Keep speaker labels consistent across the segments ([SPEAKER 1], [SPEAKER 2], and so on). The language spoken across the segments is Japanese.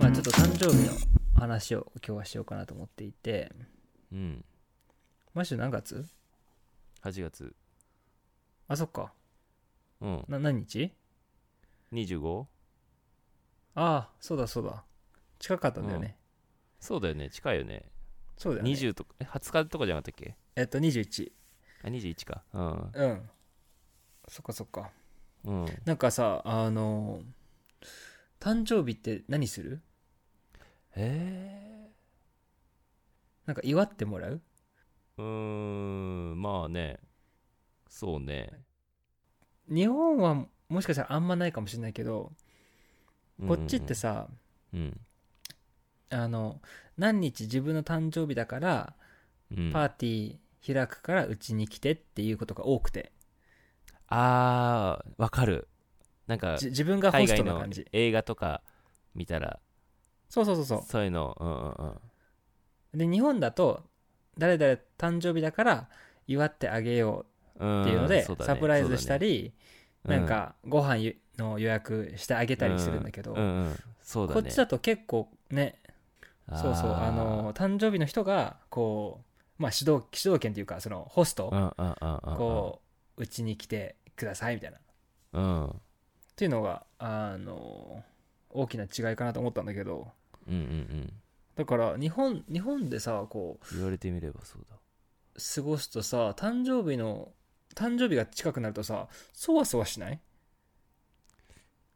[SPEAKER 1] 生日の話を今日はしようかなと思っていて
[SPEAKER 2] うん
[SPEAKER 1] 毎週何月
[SPEAKER 2] 8月
[SPEAKER 1] あそっか
[SPEAKER 2] うん
[SPEAKER 1] な何日
[SPEAKER 2] 25?
[SPEAKER 1] ああそうだそうだ近かったんだよね、
[SPEAKER 2] そうだよね近いよね
[SPEAKER 1] そうだよね
[SPEAKER 2] 20とかえ20日とかじゃなかったっけ
[SPEAKER 1] えっと21
[SPEAKER 2] あ21かうん
[SPEAKER 1] うんそっかそっか
[SPEAKER 2] うん
[SPEAKER 1] なんかさあの誕生日って何する
[SPEAKER 2] え
[SPEAKER 1] なんか祝ってもらう
[SPEAKER 2] ー、うーんまあねそうね、
[SPEAKER 1] 日本はもしかしたらあんまないかもしれないけどこっちってさ、
[SPEAKER 2] うん
[SPEAKER 1] あの何日自分の誕生日だから
[SPEAKER 2] うん、
[SPEAKER 1] パ
[SPEAKER 2] あ
[SPEAKER 1] ーティー開くからうちに来てっていうことが多くて、
[SPEAKER 2] あーわかるなんか
[SPEAKER 1] じ自分がホ
[SPEAKER 2] 海
[SPEAKER 1] ス
[SPEAKER 2] 外
[SPEAKER 1] トな
[SPEAKER 2] の
[SPEAKER 1] 感じ
[SPEAKER 2] 映画とか見たら
[SPEAKER 1] そうそうそうそ
[SPEAKER 2] そういうのうんうんうん
[SPEAKER 1] うで日本だと誰々誕生日だから祝ってあげようっていうので、
[SPEAKER 2] そだね
[SPEAKER 1] サプライズしたり、
[SPEAKER 2] そうだ
[SPEAKER 1] なん
[SPEAKER 2] ね
[SPEAKER 1] かご飯ゆの予約してあげたりするんだけど、
[SPEAKER 2] うんうんうんそうだ
[SPEAKER 1] こ
[SPEAKER 2] ね
[SPEAKER 1] っちだと結構ねそうそうあの誕生日の人がこうまあ指導指導権というかそのホスト、
[SPEAKER 2] うんうんうんうんうん
[SPEAKER 1] こううちに来てくださいみたいなっ
[SPEAKER 2] うん
[SPEAKER 1] ていうのがあの大きな違いかなと思ったんだけど
[SPEAKER 2] うんうんうん
[SPEAKER 1] だから日本日本でさこ
[SPEAKER 2] 言われてみればそうだ
[SPEAKER 1] う過ごすとさ誕生日の誕生日が近くなるとさそわそわしない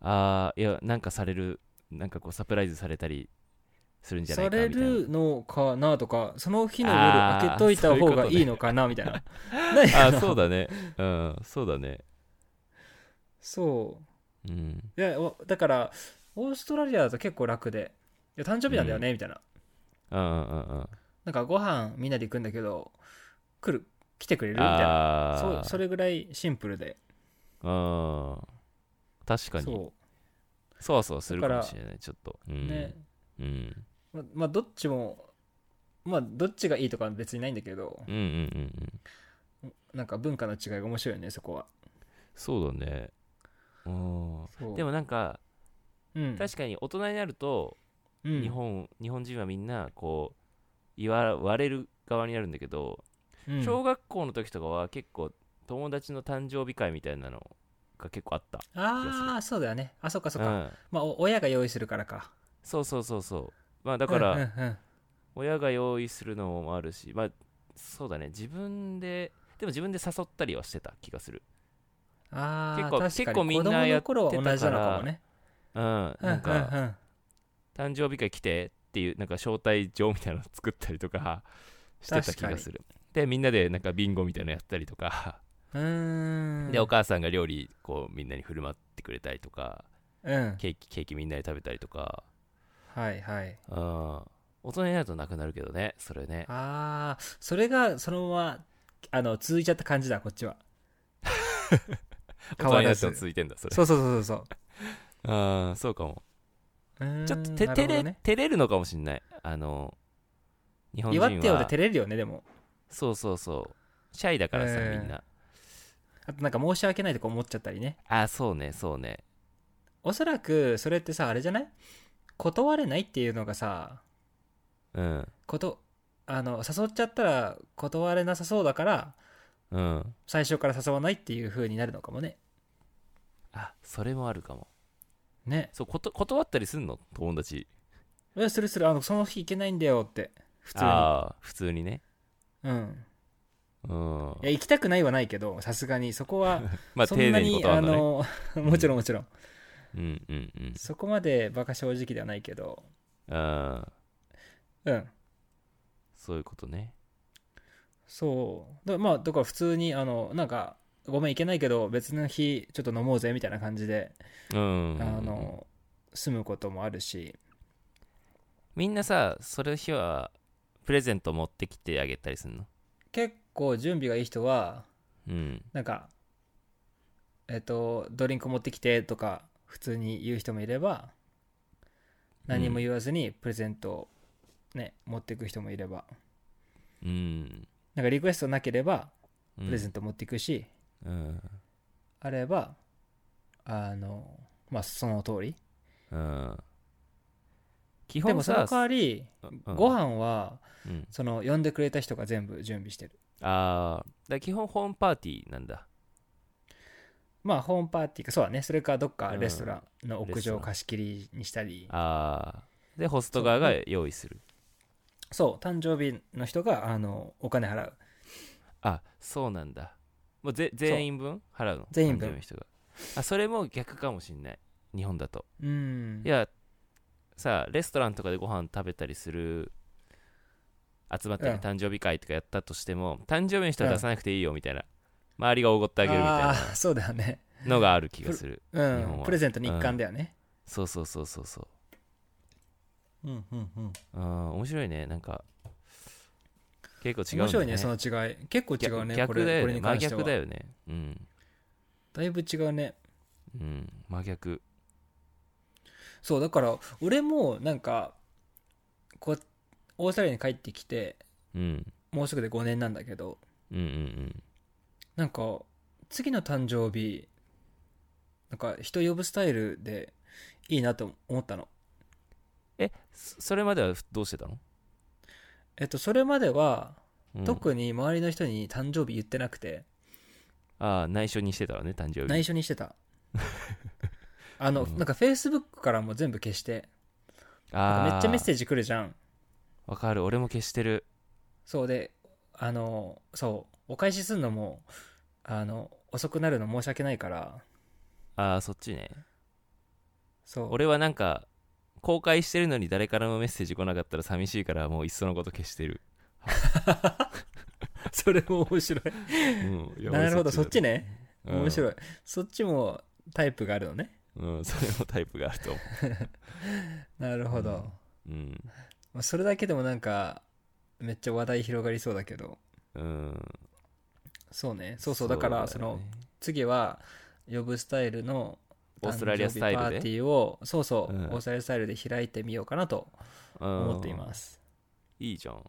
[SPEAKER 2] ああいやなんかされるなんかこうサプライズされたりするんじゃない
[SPEAKER 1] さ
[SPEAKER 2] かみたい
[SPEAKER 1] れ
[SPEAKER 2] な
[SPEAKER 1] るのかなとかその日の
[SPEAKER 2] あ
[SPEAKER 1] 夜
[SPEAKER 2] ー
[SPEAKER 1] 開けといた方がいいのかなみたいな ない
[SPEAKER 2] あ
[SPEAKER 1] あ
[SPEAKER 2] あ
[SPEAKER 1] の
[SPEAKER 2] そうだ ねうんそうだね
[SPEAKER 1] そう
[SPEAKER 2] うん
[SPEAKER 1] いやおだからオーストラリアだと結構楽で「いや誕生日なんだよね」みたいな、
[SPEAKER 2] うんうんうんうん
[SPEAKER 1] なんかご飯みんなで行くんだけど来る来てくれるみたいな
[SPEAKER 2] あ
[SPEAKER 1] そ
[SPEAKER 2] あ
[SPEAKER 1] うそれぐらいシンプルで
[SPEAKER 2] うん確かに
[SPEAKER 1] そ
[SPEAKER 2] そわそわするかもしれないちょっとう
[SPEAKER 1] う、
[SPEAKER 2] ん
[SPEAKER 1] ね
[SPEAKER 2] うん
[SPEAKER 1] ままあどっちもまあどっちがいいとかは別にないんだけど
[SPEAKER 2] うんうんうんうん
[SPEAKER 1] なんか文化の違いが面白いよねそこは
[SPEAKER 2] そうだねうん
[SPEAKER 1] そう
[SPEAKER 2] でもなんか
[SPEAKER 1] うん
[SPEAKER 2] 確かに大人になると
[SPEAKER 1] うん
[SPEAKER 2] 日本日本人はみんなこう言われる側になるんだけど
[SPEAKER 1] うん
[SPEAKER 2] 小学校の時とかは結構友達の誕生日会みたいなのが結構あった
[SPEAKER 1] ああそうだよねあそっかそっか、
[SPEAKER 2] うん、
[SPEAKER 1] まあお親が用意するからか
[SPEAKER 2] そうそうそうそうまあだから、
[SPEAKER 1] うんうんうん
[SPEAKER 2] 親が用意するのもあるしまあそうだね自分ででも自分で誘ったりはしてた気がする
[SPEAKER 1] あ
[SPEAKER 2] 結
[SPEAKER 1] あ
[SPEAKER 2] 構
[SPEAKER 1] 確か
[SPEAKER 2] 結構
[SPEAKER 1] に
[SPEAKER 2] み
[SPEAKER 1] 子
[SPEAKER 2] ん
[SPEAKER 1] 供
[SPEAKER 2] なや
[SPEAKER 1] の
[SPEAKER 2] ってた
[SPEAKER 1] 頃は同じなのかもね
[SPEAKER 2] うんなん
[SPEAKER 1] う
[SPEAKER 2] か
[SPEAKER 1] ううん
[SPEAKER 2] 誕生日会来てっていうなんか招待状みたいなの作ったり とかしてた気がするでみんなでなんかビンゴみたいなのやったりとか
[SPEAKER 1] うーん
[SPEAKER 2] でお母さんが料理こうみんなに振る舞ってくれたりとか
[SPEAKER 1] うん
[SPEAKER 2] ケーキケーキみんなで食べたりとか
[SPEAKER 1] はいはい
[SPEAKER 2] うん大人になるとなくなるけどねそれね
[SPEAKER 1] ああそれがそのままあの続いちゃった感じだこっち は
[SPEAKER 2] 大人になっても続いてんだそれ
[SPEAKER 1] そうそうそうそう
[SPEAKER 2] ああそうかも
[SPEAKER 1] そう
[SPEAKER 2] ちょっと
[SPEAKER 1] うーん
[SPEAKER 2] て
[SPEAKER 1] な
[SPEAKER 2] 照
[SPEAKER 1] るほ
[SPEAKER 2] れ
[SPEAKER 1] どね
[SPEAKER 2] 照れるのかもしんないあの日本人
[SPEAKER 1] 祝
[SPEAKER 2] は
[SPEAKER 1] ってよで照れるよねでも
[SPEAKER 2] そうそうそうシャイだからさ
[SPEAKER 1] えー
[SPEAKER 2] みんな
[SPEAKER 1] あとなんか申し訳ないとか思っちゃったりね
[SPEAKER 2] ああそうねそうね
[SPEAKER 1] おそらくそれってさあれじゃない断れないっていうのがさ
[SPEAKER 2] うん
[SPEAKER 1] ことあの誘っちゃったら断れなさそうだから
[SPEAKER 2] うん
[SPEAKER 1] 最初から誘わないっていう風になるのかもね
[SPEAKER 2] あそれもあるかも
[SPEAKER 1] ね
[SPEAKER 2] そうこと断ったりすんの友達
[SPEAKER 1] えするするあのその日行けないんだよって普通に
[SPEAKER 2] ああ普通にね
[SPEAKER 1] うん
[SPEAKER 2] うん
[SPEAKER 1] いや行きたくないはないけどさすがにそこは
[SPEAKER 2] まあ
[SPEAKER 1] そ
[SPEAKER 2] 丁
[SPEAKER 1] んな
[SPEAKER 2] 寧に
[SPEAKER 1] に
[SPEAKER 2] 断
[SPEAKER 1] あ
[SPEAKER 2] るのね
[SPEAKER 1] のもちろんもちろん、
[SPEAKER 2] うんうんうん
[SPEAKER 1] そこまでバカ正直ではないけど
[SPEAKER 2] ああ
[SPEAKER 1] うん
[SPEAKER 2] そういうことね
[SPEAKER 1] そうだまあだから普通にあのなんかごめん行けないけど別の日ちょっと飲もうぜみたいな感じで、
[SPEAKER 2] うん
[SPEAKER 1] あの住むこともあるし
[SPEAKER 2] みんなさそれ日はプレゼント持ってきてあげたりするの
[SPEAKER 1] 結構準備がいい人は
[SPEAKER 2] うん
[SPEAKER 1] なんかえっとドリンク持ってきてとか普通に言う人もいれば何も言わずにプレゼントをね、持っていく人もいれば
[SPEAKER 2] うん
[SPEAKER 1] なんかリクエストなければ
[SPEAKER 2] プ
[SPEAKER 1] プレゼン
[SPEAKER 2] ン
[SPEAKER 1] ト持っていくし、
[SPEAKER 2] トうん
[SPEAKER 1] あればあのまあその通り
[SPEAKER 2] うん基
[SPEAKER 1] でも
[SPEAKER 2] 本
[SPEAKER 1] その
[SPEAKER 2] さ
[SPEAKER 1] 代わり
[SPEAKER 2] うん
[SPEAKER 1] ご飯は
[SPEAKER 2] うん
[SPEAKER 1] その呼んでくれた人が全部準備してる
[SPEAKER 2] ああだから基本ホームパーティーなんだ
[SPEAKER 1] まあホームパーティーかそうだねそれかどっか
[SPEAKER 2] うん
[SPEAKER 1] レストランの屋
[SPEAKER 2] レスト
[SPEAKER 1] 上
[SPEAKER 2] ラン
[SPEAKER 1] 貸し切りにしたり
[SPEAKER 2] ああでホスト側が用意する
[SPEAKER 1] そう誕生日の人があのお金払う
[SPEAKER 2] あそうなんだもうぜ全員分払うの
[SPEAKER 1] 全員分
[SPEAKER 2] 誕生日の人があそれも逆かもしんない日本だと
[SPEAKER 1] うん
[SPEAKER 2] いやさレストランとかでご飯食べたりする集まったり
[SPEAKER 1] うん
[SPEAKER 2] 誕生日会とかやったとしても、誕生日の人は出さなくていいよみたいな、周りがおごってあげるみたい
[SPEAKER 1] あーそうだよね
[SPEAKER 2] なのがある気がする
[SPEAKER 1] う
[SPEAKER 2] 日本
[SPEAKER 1] ん
[SPEAKER 2] は
[SPEAKER 1] プレゼントの一環だよね
[SPEAKER 2] そうそうそうそうそう
[SPEAKER 1] うんうんうん
[SPEAKER 2] うん面白いねなんか結構違うんだ、ね、
[SPEAKER 1] 面白いねその違い結構違うねこ
[SPEAKER 2] 逆逆だ
[SPEAKER 1] れ
[SPEAKER 2] よ
[SPEAKER 1] こ
[SPEAKER 2] ね
[SPEAKER 1] れに
[SPEAKER 2] 真
[SPEAKER 1] 関して
[SPEAKER 2] 逆
[SPEAKER 1] は
[SPEAKER 2] だよねうん、
[SPEAKER 1] だいぶ違うね
[SPEAKER 2] うん、真逆
[SPEAKER 1] そうだから俺もなんかこうオーストラリアに帰ってきて
[SPEAKER 2] うん
[SPEAKER 1] もうすぐで5年なんだけど
[SPEAKER 2] うんうんうん
[SPEAKER 1] なんか次の誕生日なんか人呼ぶスタイルでいいなと思ったの
[SPEAKER 2] えそそれまではどうしてたの、
[SPEAKER 1] えっとそれまでは
[SPEAKER 2] うん
[SPEAKER 1] 特に周りの人に誕生日言ってなくて
[SPEAKER 2] ああ内緒にしてたのね誕生日
[SPEAKER 1] 内緒にして たあの
[SPEAKER 2] うん
[SPEAKER 1] なんかフェイスブックからも全部消してなんかめっちゃメッ
[SPEAKER 2] ー
[SPEAKER 1] セージ来るじゃん
[SPEAKER 2] わかる俺も消してる
[SPEAKER 1] そうであのそうお返しするのもあの遅くなるの申し訳ないから
[SPEAKER 2] ああそっちね
[SPEAKER 1] そう
[SPEAKER 2] 俺はなんか公開してるのに誰からもメッセージ来なかったら寂しいからもういっそのこと消してる、
[SPEAKER 1] それも面白い
[SPEAKER 2] うん、いや
[SPEAKER 1] なるほど
[SPEAKER 2] 俺
[SPEAKER 1] そっち
[SPEAKER 2] ね、
[SPEAKER 1] ね
[SPEAKER 2] うん
[SPEAKER 1] 面白いそっちもタイプがあるのね
[SPEAKER 2] うん、それもタイプがあると思
[SPEAKER 1] なるほど、
[SPEAKER 2] うんううん、
[SPEAKER 1] まあそれだけでもなんかめっちゃ話題広がりそうだけど
[SPEAKER 2] うん、
[SPEAKER 1] そうねそうそうだからそ
[SPEAKER 2] だよ
[SPEAKER 1] の
[SPEAKER 2] ね
[SPEAKER 1] 次は呼ぶスタイルの
[SPEAKER 2] オーストラリアスタイルで
[SPEAKER 1] 誕生日パーティーをそうそう、
[SPEAKER 2] うん
[SPEAKER 1] オーストラリアスタイルで開いてみようかなと思ってい
[SPEAKER 2] うん
[SPEAKER 1] ます、
[SPEAKER 2] いいじゃん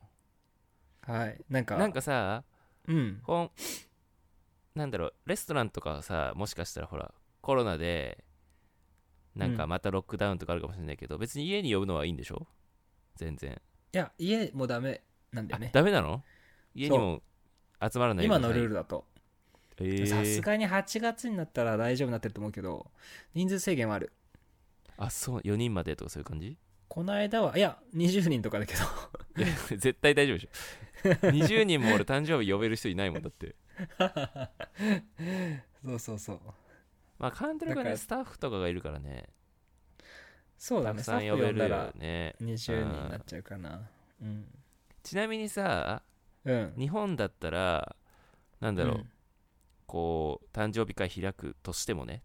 [SPEAKER 1] はいなんか
[SPEAKER 2] なんかさ
[SPEAKER 1] うん
[SPEAKER 2] ほんなんだろうレストランとかさもしかしたらほらコロナでなん
[SPEAKER 1] う
[SPEAKER 2] か
[SPEAKER 1] ん
[SPEAKER 2] またロックダウンとかあるかもしれないけど、別に家に呼ぶのはいいんでしょ全然、
[SPEAKER 1] いや家もダメなんだ
[SPEAKER 2] あ
[SPEAKER 1] よね
[SPEAKER 2] ダメなの家にも集まらない
[SPEAKER 1] 今のルー
[SPEAKER 2] ル
[SPEAKER 1] ルだと
[SPEAKER 2] えー
[SPEAKER 1] さすがに8月になったら大丈夫になってると思うけど人数制限はある
[SPEAKER 2] あそう4人までとかそういう感じ
[SPEAKER 1] この間はいや20人とかだけど
[SPEAKER 2] 絶対大丈夫でしょ20人も俺誕生日呼べる人いないもんだって
[SPEAKER 1] そうそうそう
[SPEAKER 2] まあカントリー
[SPEAKER 1] だ
[SPEAKER 2] が
[SPEAKER 1] から
[SPEAKER 2] ねスタッフとかがいるからね
[SPEAKER 1] そうだ
[SPEAKER 2] た
[SPEAKER 1] ね
[SPEAKER 2] く
[SPEAKER 1] スタ
[SPEAKER 2] さん
[SPEAKER 1] ッ
[SPEAKER 2] 呼
[SPEAKER 1] フ呼
[SPEAKER 2] べ
[SPEAKER 1] ん
[SPEAKER 2] る
[SPEAKER 1] だ
[SPEAKER 2] よ
[SPEAKER 1] ら
[SPEAKER 2] ね
[SPEAKER 1] 20人になっちゃうかなうん
[SPEAKER 2] ちなみにさ
[SPEAKER 1] うん
[SPEAKER 2] 日本だったらなんだろう、
[SPEAKER 1] うん
[SPEAKER 2] こう誕生日会開くとしてもね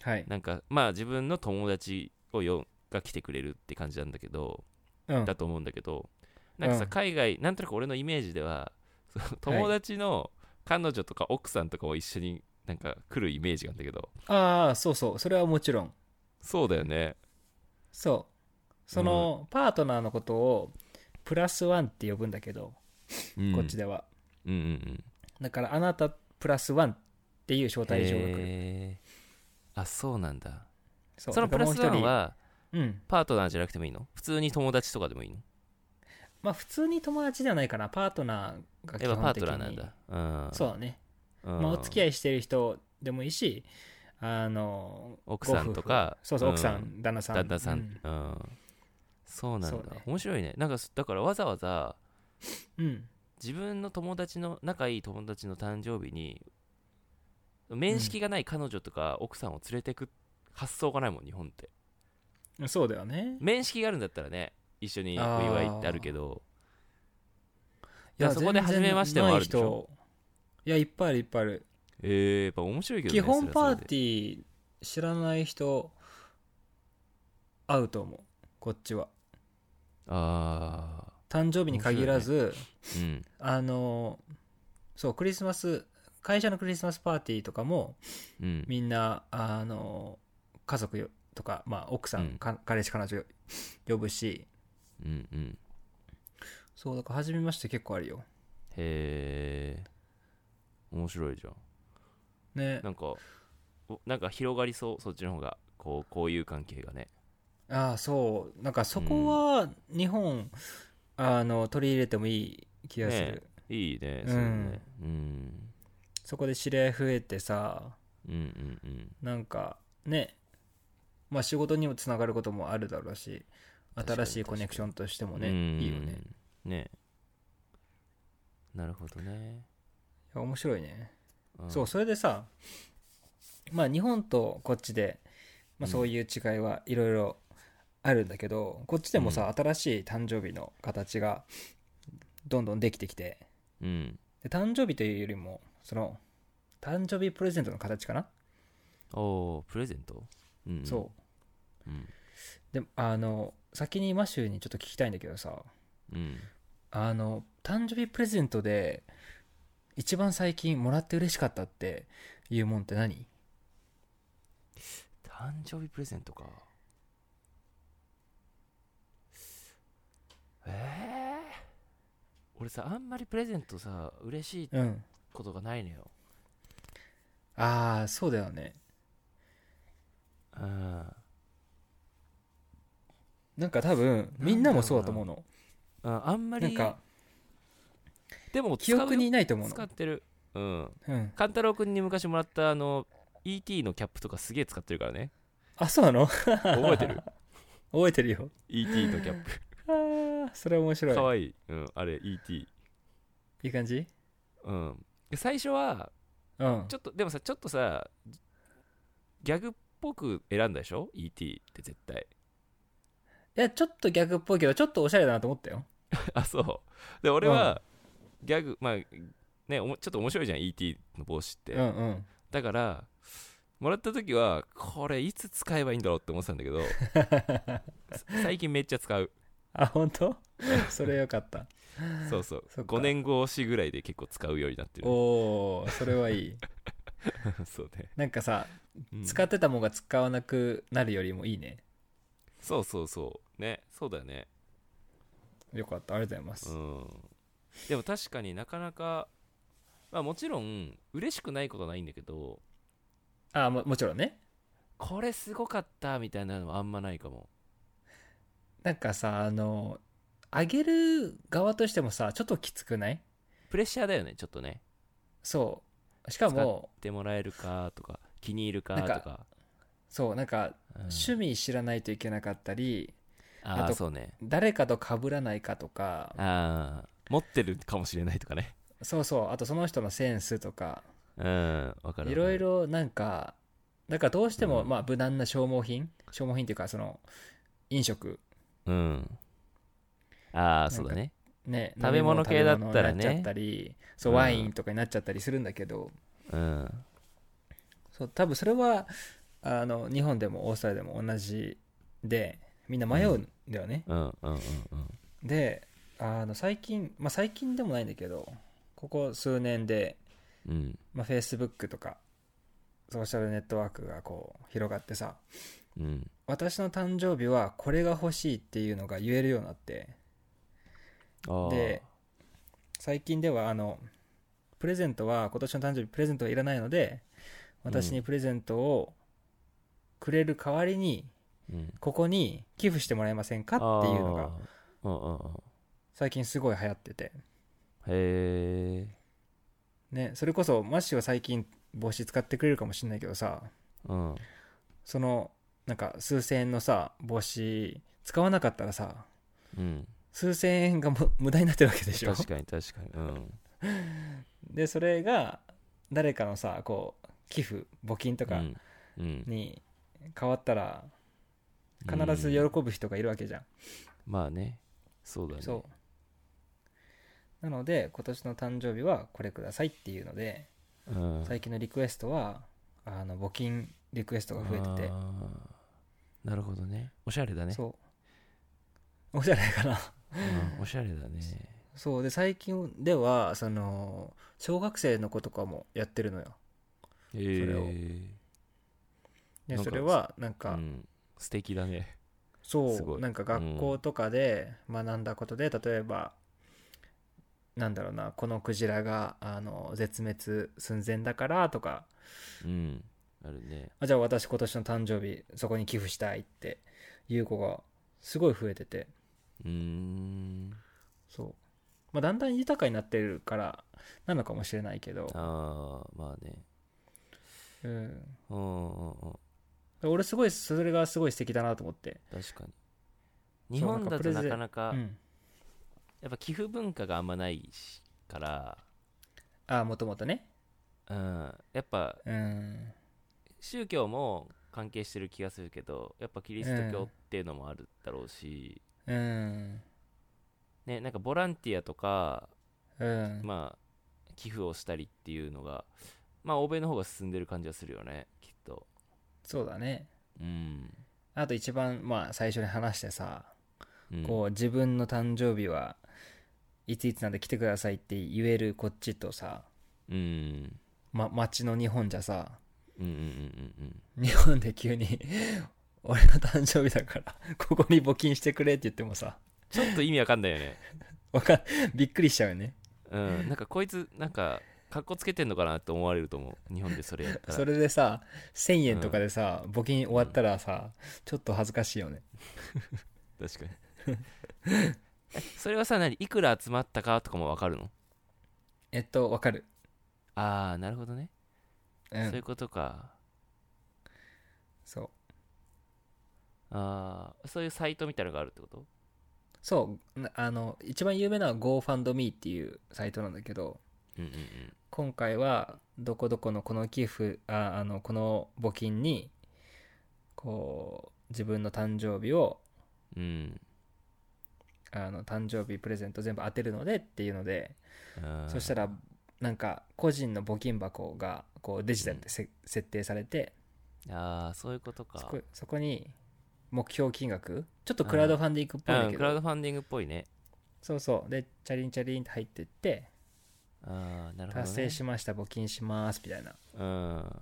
[SPEAKER 1] はい
[SPEAKER 2] なんかまあ自分の友達をよが来てくれるって感じなんだけど、
[SPEAKER 1] うん
[SPEAKER 2] だと思うんだけどなんかさ、
[SPEAKER 1] うん
[SPEAKER 2] 海外なんとなく俺のイメージではその友達の彼女とか奥さんとかを一緒になんか来るイメージなんだけど
[SPEAKER 1] ああそうそうそれはもちろん
[SPEAKER 2] そうだよね
[SPEAKER 1] そうそのパートナーのことをプラスワンって呼ぶんだけど、こっち
[SPEAKER 2] で
[SPEAKER 1] では
[SPEAKER 2] うんうんうん
[SPEAKER 1] だからあなたプラスワンっていう招待状が来る
[SPEAKER 2] へーあそうなんだ
[SPEAKER 1] そ
[SPEAKER 2] そうのプラスワ
[SPEAKER 1] だ
[SPEAKER 2] ンは
[SPEAKER 1] からもう一人うん
[SPEAKER 2] パートナーじゃなくてもいいの普通に友達とかでもいいの
[SPEAKER 1] まあ普通に友達ではないかなパートナーが基
[SPEAKER 2] やっぱパ
[SPEAKER 1] 本
[SPEAKER 2] ー
[SPEAKER 1] 的
[SPEAKER 2] ト
[SPEAKER 1] に
[SPEAKER 2] ナーなんだうん
[SPEAKER 1] そうだね、
[SPEAKER 2] うん
[SPEAKER 1] まあ、お付き合いしてる人でもいいしあの
[SPEAKER 2] 奥さんとか
[SPEAKER 1] ご夫婦そうそう
[SPEAKER 2] うん
[SPEAKER 1] 奥さん、旦那さん
[SPEAKER 2] 旦那さ、
[SPEAKER 1] うん
[SPEAKER 2] うんそうなんだ、
[SPEAKER 1] そうね
[SPEAKER 2] 面白いねなんかすだからわざわざ
[SPEAKER 1] ん、
[SPEAKER 2] 自分の友達の仲いい友達の誕生日に面識がない彼女とか奥さんを連れてく発想がないもん日本って
[SPEAKER 1] うんそうだよね
[SPEAKER 2] 面識があるんだったらね一緒にお祝いってあるけどいやそこで初めましてもあるでしょ
[SPEAKER 1] 全然ない人いやいっぱいあるいっぱいある
[SPEAKER 2] えー、やっぱ面白いけど、ね、
[SPEAKER 1] 基本パー
[SPEAKER 2] ィ
[SPEAKER 1] ティー知らない人会うと思うこっちは
[SPEAKER 2] ーあ
[SPEAKER 1] 誕生日に限らず、
[SPEAKER 2] ーうん
[SPEAKER 1] あのそうクリスマス会社のクリスマスパーティーとかも
[SPEAKER 2] うん
[SPEAKER 1] みんなあの家族よとか、まあ、奥さん、
[SPEAKER 2] うん
[SPEAKER 1] か彼氏彼女よ呼ぶし
[SPEAKER 2] うんうん
[SPEAKER 1] そうだから初めまして結構あるよ
[SPEAKER 2] へえ面白いじゃん
[SPEAKER 1] ね
[SPEAKER 2] なんかおなんか広がりそうそっちの方がこうこういう関係がね
[SPEAKER 1] ああそうなんかそこは日本、あの取り入れてもいい気がする、
[SPEAKER 2] ねいいね
[SPEAKER 1] うん
[SPEAKER 2] そうねうん
[SPEAKER 1] そこで知り合い増えてさ
[SPEAKER 2] うんうんうん
[SPEAKER 1] なんかねまあ仕事にもつながることもあるだろうし
[SPEAKER 2] 確かに
[SPEAKER 1] 新しいコネクションとしてもね
[SPEAKER 2] うん
[SPEAKER 1] いいよね
[SPEAKER 2] ねなるほどね
[SPEAKER 1] いや面白いね、
[SPEAKER 2] ん
[SPEAKER 1] そうそれでさまあ日本とこっちで、まあ、そういう違いはいろいろあるんだけど、こっちでもさ新しい誕生日の形がどんどんできてきて
[SPEAKER 2] うん
[SPEAKER 1] で誕生日というよりもその誕生日プレゼントの形かな、
[SPEAKER 2] おープレゼントうん
[SPEAKER 1] そう
[SPEAKER 2] うん
[SPEAKER 1] うであの先にマシューにちょっと聞きたいんだけどさ
[SPEAKER 2] うん
[SPEAKER 1] あの誕生日プレゼントで一番最近もらって嬉しかったっていうもんって何
[SPEAKER 2] 誕生日プレゼントかええ俺さあんまりプレゼントさ嬉しい
[SPEAKER 1] うん
[SPEAKER 2] ことがないのよ
[SPEAKER 1] ああそうだよね
[SPEAKER 2] うん
[SPEAKER 1] なんか多分みんなもそうだと思うの
[SPEAKER 2] うんあんま
[SPEAKER 1] な
[SPEAKER 2] り
[SPEAKER 1] んか
[SPEAKER 2] でも
[SPEAKER 1] 記憶にないと思う
[SPEAKER 2] 使
[SPEAKER 1] の
[SPEAKER 2] ってるうん
[SPEAKER 1] うん
[SPEAKER 2] 勘太郎くんに昔もらったあの ET のキャップとかすげえ使ってるからね
[SPEAKER 1] あそうなの
[SPEAKER 2] 覚えてる
[SPEAKER 1] 覚えてるよ
[SPEAKER 2] ET のキャップ
[SPEAKER 1] あーそれは面白い
[SPEAKER 2] かわいい、うん、あれ ET
[SPEAKER 1] いい感じ
[SPEAKER 2] うん最初は
[SPEAKER 1] うん
[SPEAKER 2] ちょっとでもさちょっとさギャグっぽく選んだでしょ ET って絶対
[SPEAKER 1] いやちょっと逆っぽいけどちょっとおしゃれだなと思ったよ
[SPEAKER 2] あそうで俺はギャグまあねおもちょっと面白いじゃん ET の帽子って、
[SPEAKER 1] うんうん
[SPEAKER 2] だからもらった時はこれいつ使えばいいんだろうって思ってたんだけど さ最近めっちゃ使う
[SPEAKER 1] あ本当それよかった
[SPEAKER 2] そうそう
[SPEAKER 1] そっか
[SPEAKER 2] 5年越しぐらいで結構使うようになってる
[SPEAKER 1] おおそれはいい
[SPEAKER 2] そうね、
[SPEAKER 1] なんかさ
[SPEAKER 2] うん
[SPEAKER 1] 使ってたもんが使わなくなるよりもいいね
[SPEAKER 2] そうそうそうねそうだよね
[SPEAKER 1] よかったありがとうございま
[SPEAKER 2] う
[SPEAKER 1] す
[SPEAKER 2] んでも確かになかなかまあもちろん嬉しくないことはないんだけど
[SPEAKER 1] あももちろんね
[SPEAKER 2] これすごかったみたいなのはあんまないかも
[SPEAKER 1] なんかさあのあげる側としてもさちょっときつくない
[SPEAKER 2] プレッシャーだよねちょっとね
[SPEAKER 1] そうしかも
[SPEAKER 2] でもらえるかとか気に入るかと
[SPEAKER 1] な
[SPEAKER 2] か
[SPEAKER 1] んそうなんか
[SPEAKER 2] うん
[SPEAKER 1] 趣味知らないといけなかったり
[SPEAKER 2] あ
[SPEAKER 1] あ
[SPEAKER 2] あ
[SPEAKER 1] と
[SPEAKER 2] そうね
[SPEAKER 1] 誰かと被らないかとか
[SPEAKER 2] ああ持ってるかもしれないとかね
[SPEAKER 1] そうそうあとその人のセンスとか
[SPEAKER 2] うんわかるわかる
[SPEAKER 1] いろいろなんかだからどうしても
[SPEAKER 2] うん
[SPEAKER 1] まあ無難な消耗品消耗品っていうかその飲食
[SPEAKER 2] うんああそうだね
[SPEAKER 1] ね
[SPEAKER 2] 食べ物系だったらね
[SPEAKER 1] 飲み物食べ物になっちゃったりそう
[SPEAKER 2] うん
[SPEAKER 1] ワインとかになっちゃったりするんだけど
[SPEAKER 2] うん
[SPEAKER 1] そう多分それはあの日本でもオーストラリアでも同じでみんな迷うんだよね、
[SPEAKER 2] うんうんうんうん
[SPEAKER 1] であの最近まあ最近でもないんだけどここ数年で
[SPEAKER 2] うん
[SPEAKER 1] まあ、Facebook とかソーシャルネットワークがこう広がってさ
[SPEAKER 2] うん
[SPEAKER 1] 私の誕生日はこれが欲しいっていうのが言えるようになって
[SPEAKER 2] あー
[SPEAKER 1] で最近ではあのプレゼントは今年の誕生日プレゼントはいらないので私にプレゼントをくれる代わりに
[SPEAKER 2] うん
[SPEAKER 1] ここに寄付してもらえませんかっていうのが
[SPEAKER 2] あーうんうんうん
[SPEAKER 1] 最近すごい流行ってて
[SPEAKER 2] へえ
[SPEAKER 1] ねそれこそマッシュは最近帽子使ってくれるかもしれないけどさ
[SPEAKER 2] うん
[SPEAKER 1] そのなんか数千円のさ帽子使わなかったらさ
[SPEAKER 2] うん
[SPEAKER 1] 数千円がも無駄になってるわけでしょ
[SPEAKER 2] 確かに確かにうん
[SPEAKER 1] でそれが誰かのさこう寄付募金と
[SPEAKER 2] う
[SPEAKER 1] か
[SPEAKER 2] んうん
[SPEAKER 1] に変わったら必ず
[SPEAKER 2] うん
[SPEAKER 1] 喜ぶ人がいるわけじゃん、
[SPEAKER 2] まあねそうだね
[SPEAKER 1] そうなので今年の誕生日はこれくださいっていうので
[SPEAKER 2] うん
[SPEAKER 1] 最近のリクエストはあの募金リクエストが増えてて
[SPEAKER 2] あーなるほどねおしゃれだね
[SPEAKER 1] そうおしゃれかな
[SPEAKER 2] うんおしゃれだね
[SPEAKER 1] そうで最近ではその小学生の子とかもやってるのよ
[SPEAKER 2] へ
[SPEAKER 1] れを
[SPEAKER 2] え
[SPEAKER 1] で
[SPEAKER 2] なんか
[SPEAKER 1] それはなん
[SPEAKER 2] う
[SPEAKER 1] か、
[SPEAKER 2] ん素敵だねす
[SPEAKER 1] そ
[SPEAKER 2] ご
[SPEAKER 1] う
[SPEAKER 2] い
[SPEAKER 1] なんか学校とかで学んだことで、例えばなんだろうなこのクジラがあの絶滅寸前だからとか
[SPEAKER 2] うんあるね
[SPEAKER 1] あじゃあ私今年の誕生日そこに寄付したいっていう子がすごい増えてて
[SPEAKER 2] うーん
[SPEAKER 1] そう、まあ、だんだん豊かになってるからなのかもしれないけど、
[SPEAKER 2] ああまあね
[SPEAKER 1] うん、
[SPEAKER 2] うんうんうん
[SPEAKER 1] 俺すごいそれがすごい素敵だなと思って、
[SPEAKER 2] 確か
[SPEAKER 1] う
[SPEAKER 2] に日本だと
[SPEAKER 1] な
[SPEAKER 2] なんか
[SPEAKER 1] か
[SPEAKER 2] なか、
[SPEAKER 1] うん、
[SPEAKER 2] やっぱ寄付文化があんまないしから、
[SPEAKER 1] ああもともとね
[SPEAKER 2] うん、やっぱ
[SPEAKER 1] うん
[SPEAKER 2] 宗教も関係してる気がするけどやっぱキリスト教っていうのもあるだろうし、
[SPEAKER 1] うん
[SPEAKER 2] ねなんかボランティアとか
[SPEAKER 1] うん
[SPEAKER 2] まあ寄付をしたりっていうのがまあ欧米の方が進んでる感じはするよねきっと
[SPEAKER 1] そうだね
[SPEAKER 2] うん、
[SPEAKER 1] あと一番まあ最初に話してさ、
[SPEAKER 2] うん
[SPEAKER 1] こう自分の誕生日はいついつなんで来てくださいって言えるこっちとさ、
[SPEAKER 2] うんうん
[SPEAKER 1] ま、街の日本じゃさ
[SPEAKER 2] うんうんうんうん
[SPEAKER 1] 日本で急に 俺の誕生日だからここに募金してくれって言ってもさ
[SPEAKER 2] ちょっと意味わかんないよね
[SPEAKER 1] わかんびっくりしちゃうよね
[SPEAKER 2] うんなんかこいつなんかかっこつけてんのかなって思われると思う日本でそれやったら
[SPEAKER 1] それでさ1000円とかでさ、募金終わったらさちょっと恥ずかしいよね
[SPEAKER 2] 確かにえ それはさ何いくら集まったかとかもわかるの
[SPEAKER 1] えっとわかる
[SPEAKER 2] ああなるほどね、
[SPEAKER 1] う
[SPEAKER 2] そういうんことか
[SPEAKER 1] そう
[SPEAKER 2] ああそういうサイトみたいなのがあるってこと
[SPEAKER 1] そうなあの一番有名なのは GoFundMe っていうサイトなんだけど、
[SPEAKER 2] うんうんうん
[SPEAKER 1] 今回はどこどこのこの寄付ああのこの募金にこう自分の誕生日を
[SPEAKER 2] うん
[SPEAKER 1] あの誕生日プレゼント全部当てるのでっていうので
[SPEAKER 2] あー
[SPEAKER 1] そしたらなんか個人の募金箱がこうデジタルでせ、設定されて
[SPEAKER 2] あーそういうことか
[SPEAKER 1] そこそこに目標金額ちょっとクラウドファンディングっぽいんだ
[SPEAKER 2] うん
[SPEAKER 1] け
[SPEAKER 2] クラウ
[SPEAKER 1] ど
[SPEAKER 2] ドファンディングっぽいね
[SPEAKER 1] そうそうでチャリンチャリンって入ってって
[SPEAKER 2] ああなるほど、ね、
[SPEAKER 1] 達成しました募金しますみたいな
[SPEAKER 2] うん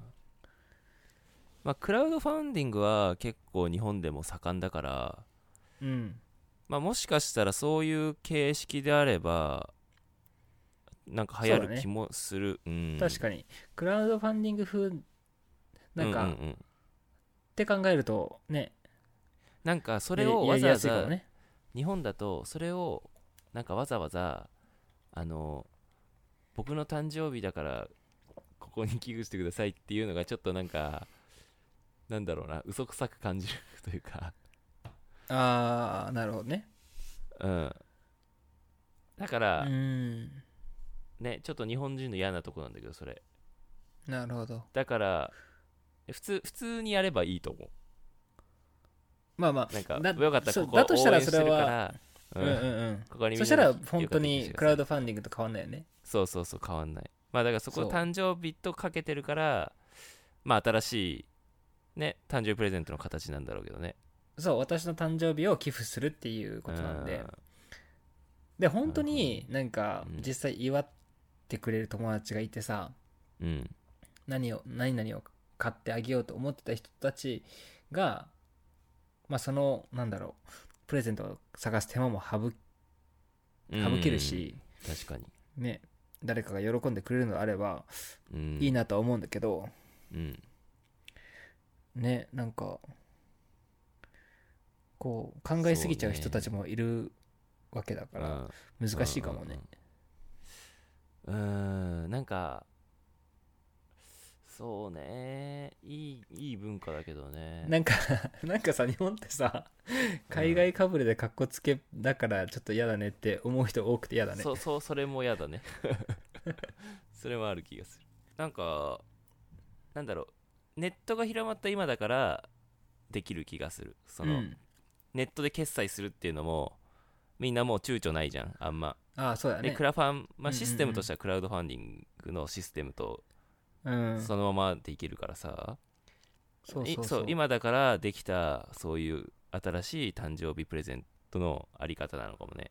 [SPEAKER 2] まあクラウドファンディングは結構日本でも盛んだから
[SPEAKER 1] うん
[SPEAKER 2] まあもしかしたらそういう形式であればなんか流行
[SPEAKER 1] そうだ
[SPEAKER 2] る
[SPEAKER 1] ね
[SPEAKER 2] 気もするう,、ん
[SPEAKER 1] 確かにクラウドファンディング風なんか、
[SPEAKER 2] うううん
[SPEAKER 1] って考えるとね
[SPEAKER 2] なんかそ
[SPEAKER 1] そ
[SPEAKER 2] れをわざわざ
[SPEAKER 1] ね
[SPEAKER 2] 日本だとそれをなんかわざわざあの僕の誕生日だからここに寄付してくださいっていうのがちょっとなんかなんだろうな嘘くさく感じるというか
[SPEAKER 1] ああなるほどね
[SPEAKER 2] うんだか
[SPEAKER 1] う
[SPEAKER 2] ら
[SPEAKER 1] ん
[SPEAKER 2] ねちょっと日本人の嫌なとこなんだけどそれ
[SPEAKER 1] なるほど
[SPEAKER 2] だから普通普通にやればいいと思
[SPEAKER 1] まあま
[SPEAKER 2] うなんか
[SPEAKER 1] だ
[SPEAKER 2] よかった
[SPEAKER 1] そ
[SPEAKER 2] ら
[SPEAKER 1] う
[SPEAKER 2] ここ
[SPEAKER 1] だとしたら
[SPEAKER 2] 応援してる
[SPEAKER 1] それは
[SPEAKER 2] から
[SPEAKER 1] あ
[SPEAKER 2] う
[SPEAKER 1] うんんうんうん
[SPEAKER 2] ここにみんな
[SPEAKER 1] そしたら
[SPEAKER 2] 寄付
[SPEAKER 1] 本当にクラウドファンディングと変わんないよね
[SPEAKER 2] そうそうそう変わんないまあだからそこ
[SPEAKER 1] そう
[SPEAKER 2] 誕生日とかけてるからまあ新しいね誕生日プレゼントの形なんだろうけどね
[SPEAKER 1] そう私の誕生日を寄付するっていうことなんでで本当になんか
[SPEAKER 2] うん
[SPEAKER 1] 実際祝ってくれる友達がいてさ
[SPEAKER 2] うんうん
[SPEAKER 1] 何を何々を買ってあげようと思ってた人たちがまあそのなんだろうプレゼントを探す手間も省省けるし、
[SPEAKER 2] うん確かに、
[SPEAKER 1] ね、誰かが喜んでくれるのであれば
[SPEAKER 2] うん
[SPEAKER 1] いいなとは思うんだけど、
[SPEAKER 2] うん
[SPEAKER 1] ねなんかこう考えすぎちゃう人たちもいるわけだから難しいかもね
[SPEAKER 2] うんうんうんうんなんかそうねいいいい文化だけどね
[SPEAKER 1] なんか なんかさ日本ってさ海外かぶれでかっこつけだからちょっと嫌だねって思う人多くて嫌だね
[SPEAKER 2] そうそうそれも嫌だね それもある気がするなんかなんだろうネットが広まった今だからできる気がするその、
[SPEAKER 1] うん
[SPEAKER 2] ネットで決済するっていうのもみんなもう躊躇ないじゃんあんま、
[SPEAKER 1] ああそうだ
[SPEAKER 2] で
[SPEAKER 1] ね
[SPEAKER 2] クラファン、
[SPEAKER 1] うんうん
[SPEAKER 2] ま
[SPEAKER 1] う
[SPEAKER 2] あ、
[SPEAKER 1] ん
[SPEAKER 2] システムとしてはクラウドファンディングのシステムと
[SPEAKER 1] うん
[SPEAKER 2] そのままでいけるからさ、
[SPEAKER 1] そう
[SPEAKER 2] い
[SPEAKER 1] そうそう
[SPEAKER 2] 今だからできたそういう新しい誕生日プレゼントのあり方なのかもね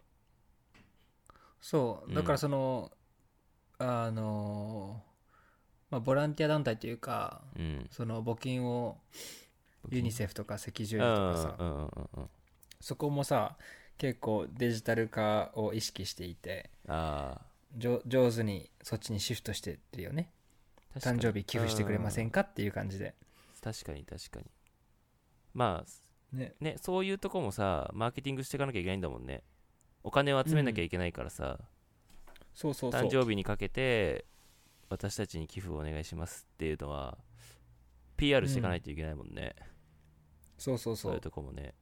[SPEAKER 1] そうだからその、あのまあボランティア団体というか
[SPEAKER 2] うん
[SPEAKER 1] その募金をユニセフとか赤十字
[SPEAKER 2] う
[SPEAKER 1] と
[SPEAKER 2] んうん
[SPEAKER 1] かさ、
[SPEAKER 2] うんうんうん
[SPEAKER 1] そこもさ結構デジタル化を意識していて
[SPEAKER 2] ああ
[SPEAKER 1] 上上手にそっちにシフトしてってるよね
[SPEAKER 2] 確かに
[SPEAKER 1] 誕生日寄付してくれませ
[SPEAKER 2] うん
[SPEAKER 1] かっていう感じで
[SPEAKER 2] 確かに確かにまあ
[SPEAKER 1] ね
[SPEAKER 2] ねそういうとこもさマーケティングしていかなきゃいけないんだもんねお金を集めなきゃいけないからさ、
[SPEAKER 1] そうそうそう
[SPEAKER 2] 誕生日にかけて私たちに寄付をお願いしますっていうのは PR していかないといけないもんね、
[SPEAKER 1] そうそう
[SPEAKER 2] そ
[SPEAKER 1] そ
[SPEAKER 2] ういう
[SPEAKER 1] う
[SPEAKER 2] とこもね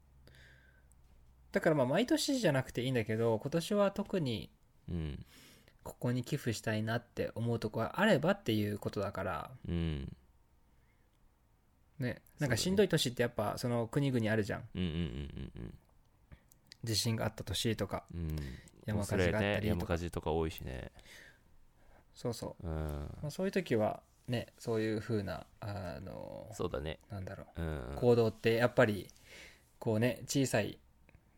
[SPEAKER 1] だからまあ毎年じゃなくていいんだけど今年は特に
[SPEAKER 2] うん
[SPEAKER 1] ここに寄付したいなって思うとこがあればっていうことだから
[SPEAKER 2] うん
[SPEAKER 1] ねな
[SPEAKER 2] そうんだね
[SPEAKER 1] かしんどい年ってやっぱその国々あるじゃん
[SPEAKER 2] うんうんうんうん
[SPEAKER 1] 地震があった年とか
[SPEAKER 2] うんうん
[SPEAKER 1] 山火
[SPEAKER 2] オー
[SPEAKER 1] 事
[SPEAKER 2] スト
[SPEAKER 1] があ
[SPEAKER 2] ラ
[SPEAKER 1] っ
[SPEAKER 2] リア
[SPEAKER 1] た
[SPEAKER 2] ね
[SPEAKER 1] り
[SPEAKER 2] 山
[SPEAKER 1] と
[SPEAKER 2] 火
[SPEAKER 1] か
[SPEAKER 2] 事とか多いしね
[SPEAKER 1] そうそう
[SPEAKER 2] うん
[SPEAKER 1] まあ、そういう時はねそういう風なあの
[SPEAKER 2] そうだね
[SPEAKER 1] なんだろ
[SPEAKER 2] うん
[SPEAKER 1] う行動ってやっぱりこうね小さい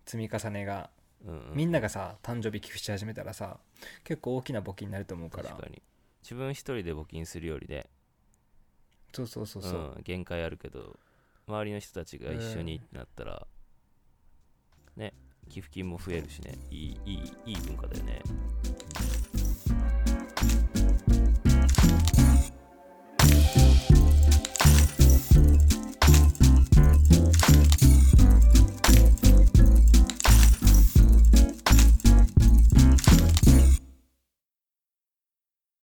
[SPEAKER 1] 積み重ねが
[SPEAKER 2] うんうん
[SPEAKER 1] みんながさ誕生日寄付し始めたらさ結構大きな募金になると思うから
[SPEAKER 2] 確かに自分一人で募金するよりね
[SPEAKER 1] そうそうそうそう、
[SPEAKER 2] うん、限界あるけど周りの人たちが一緒にってなったら、ね寄付金も増えるしねいいいいいい文化だよね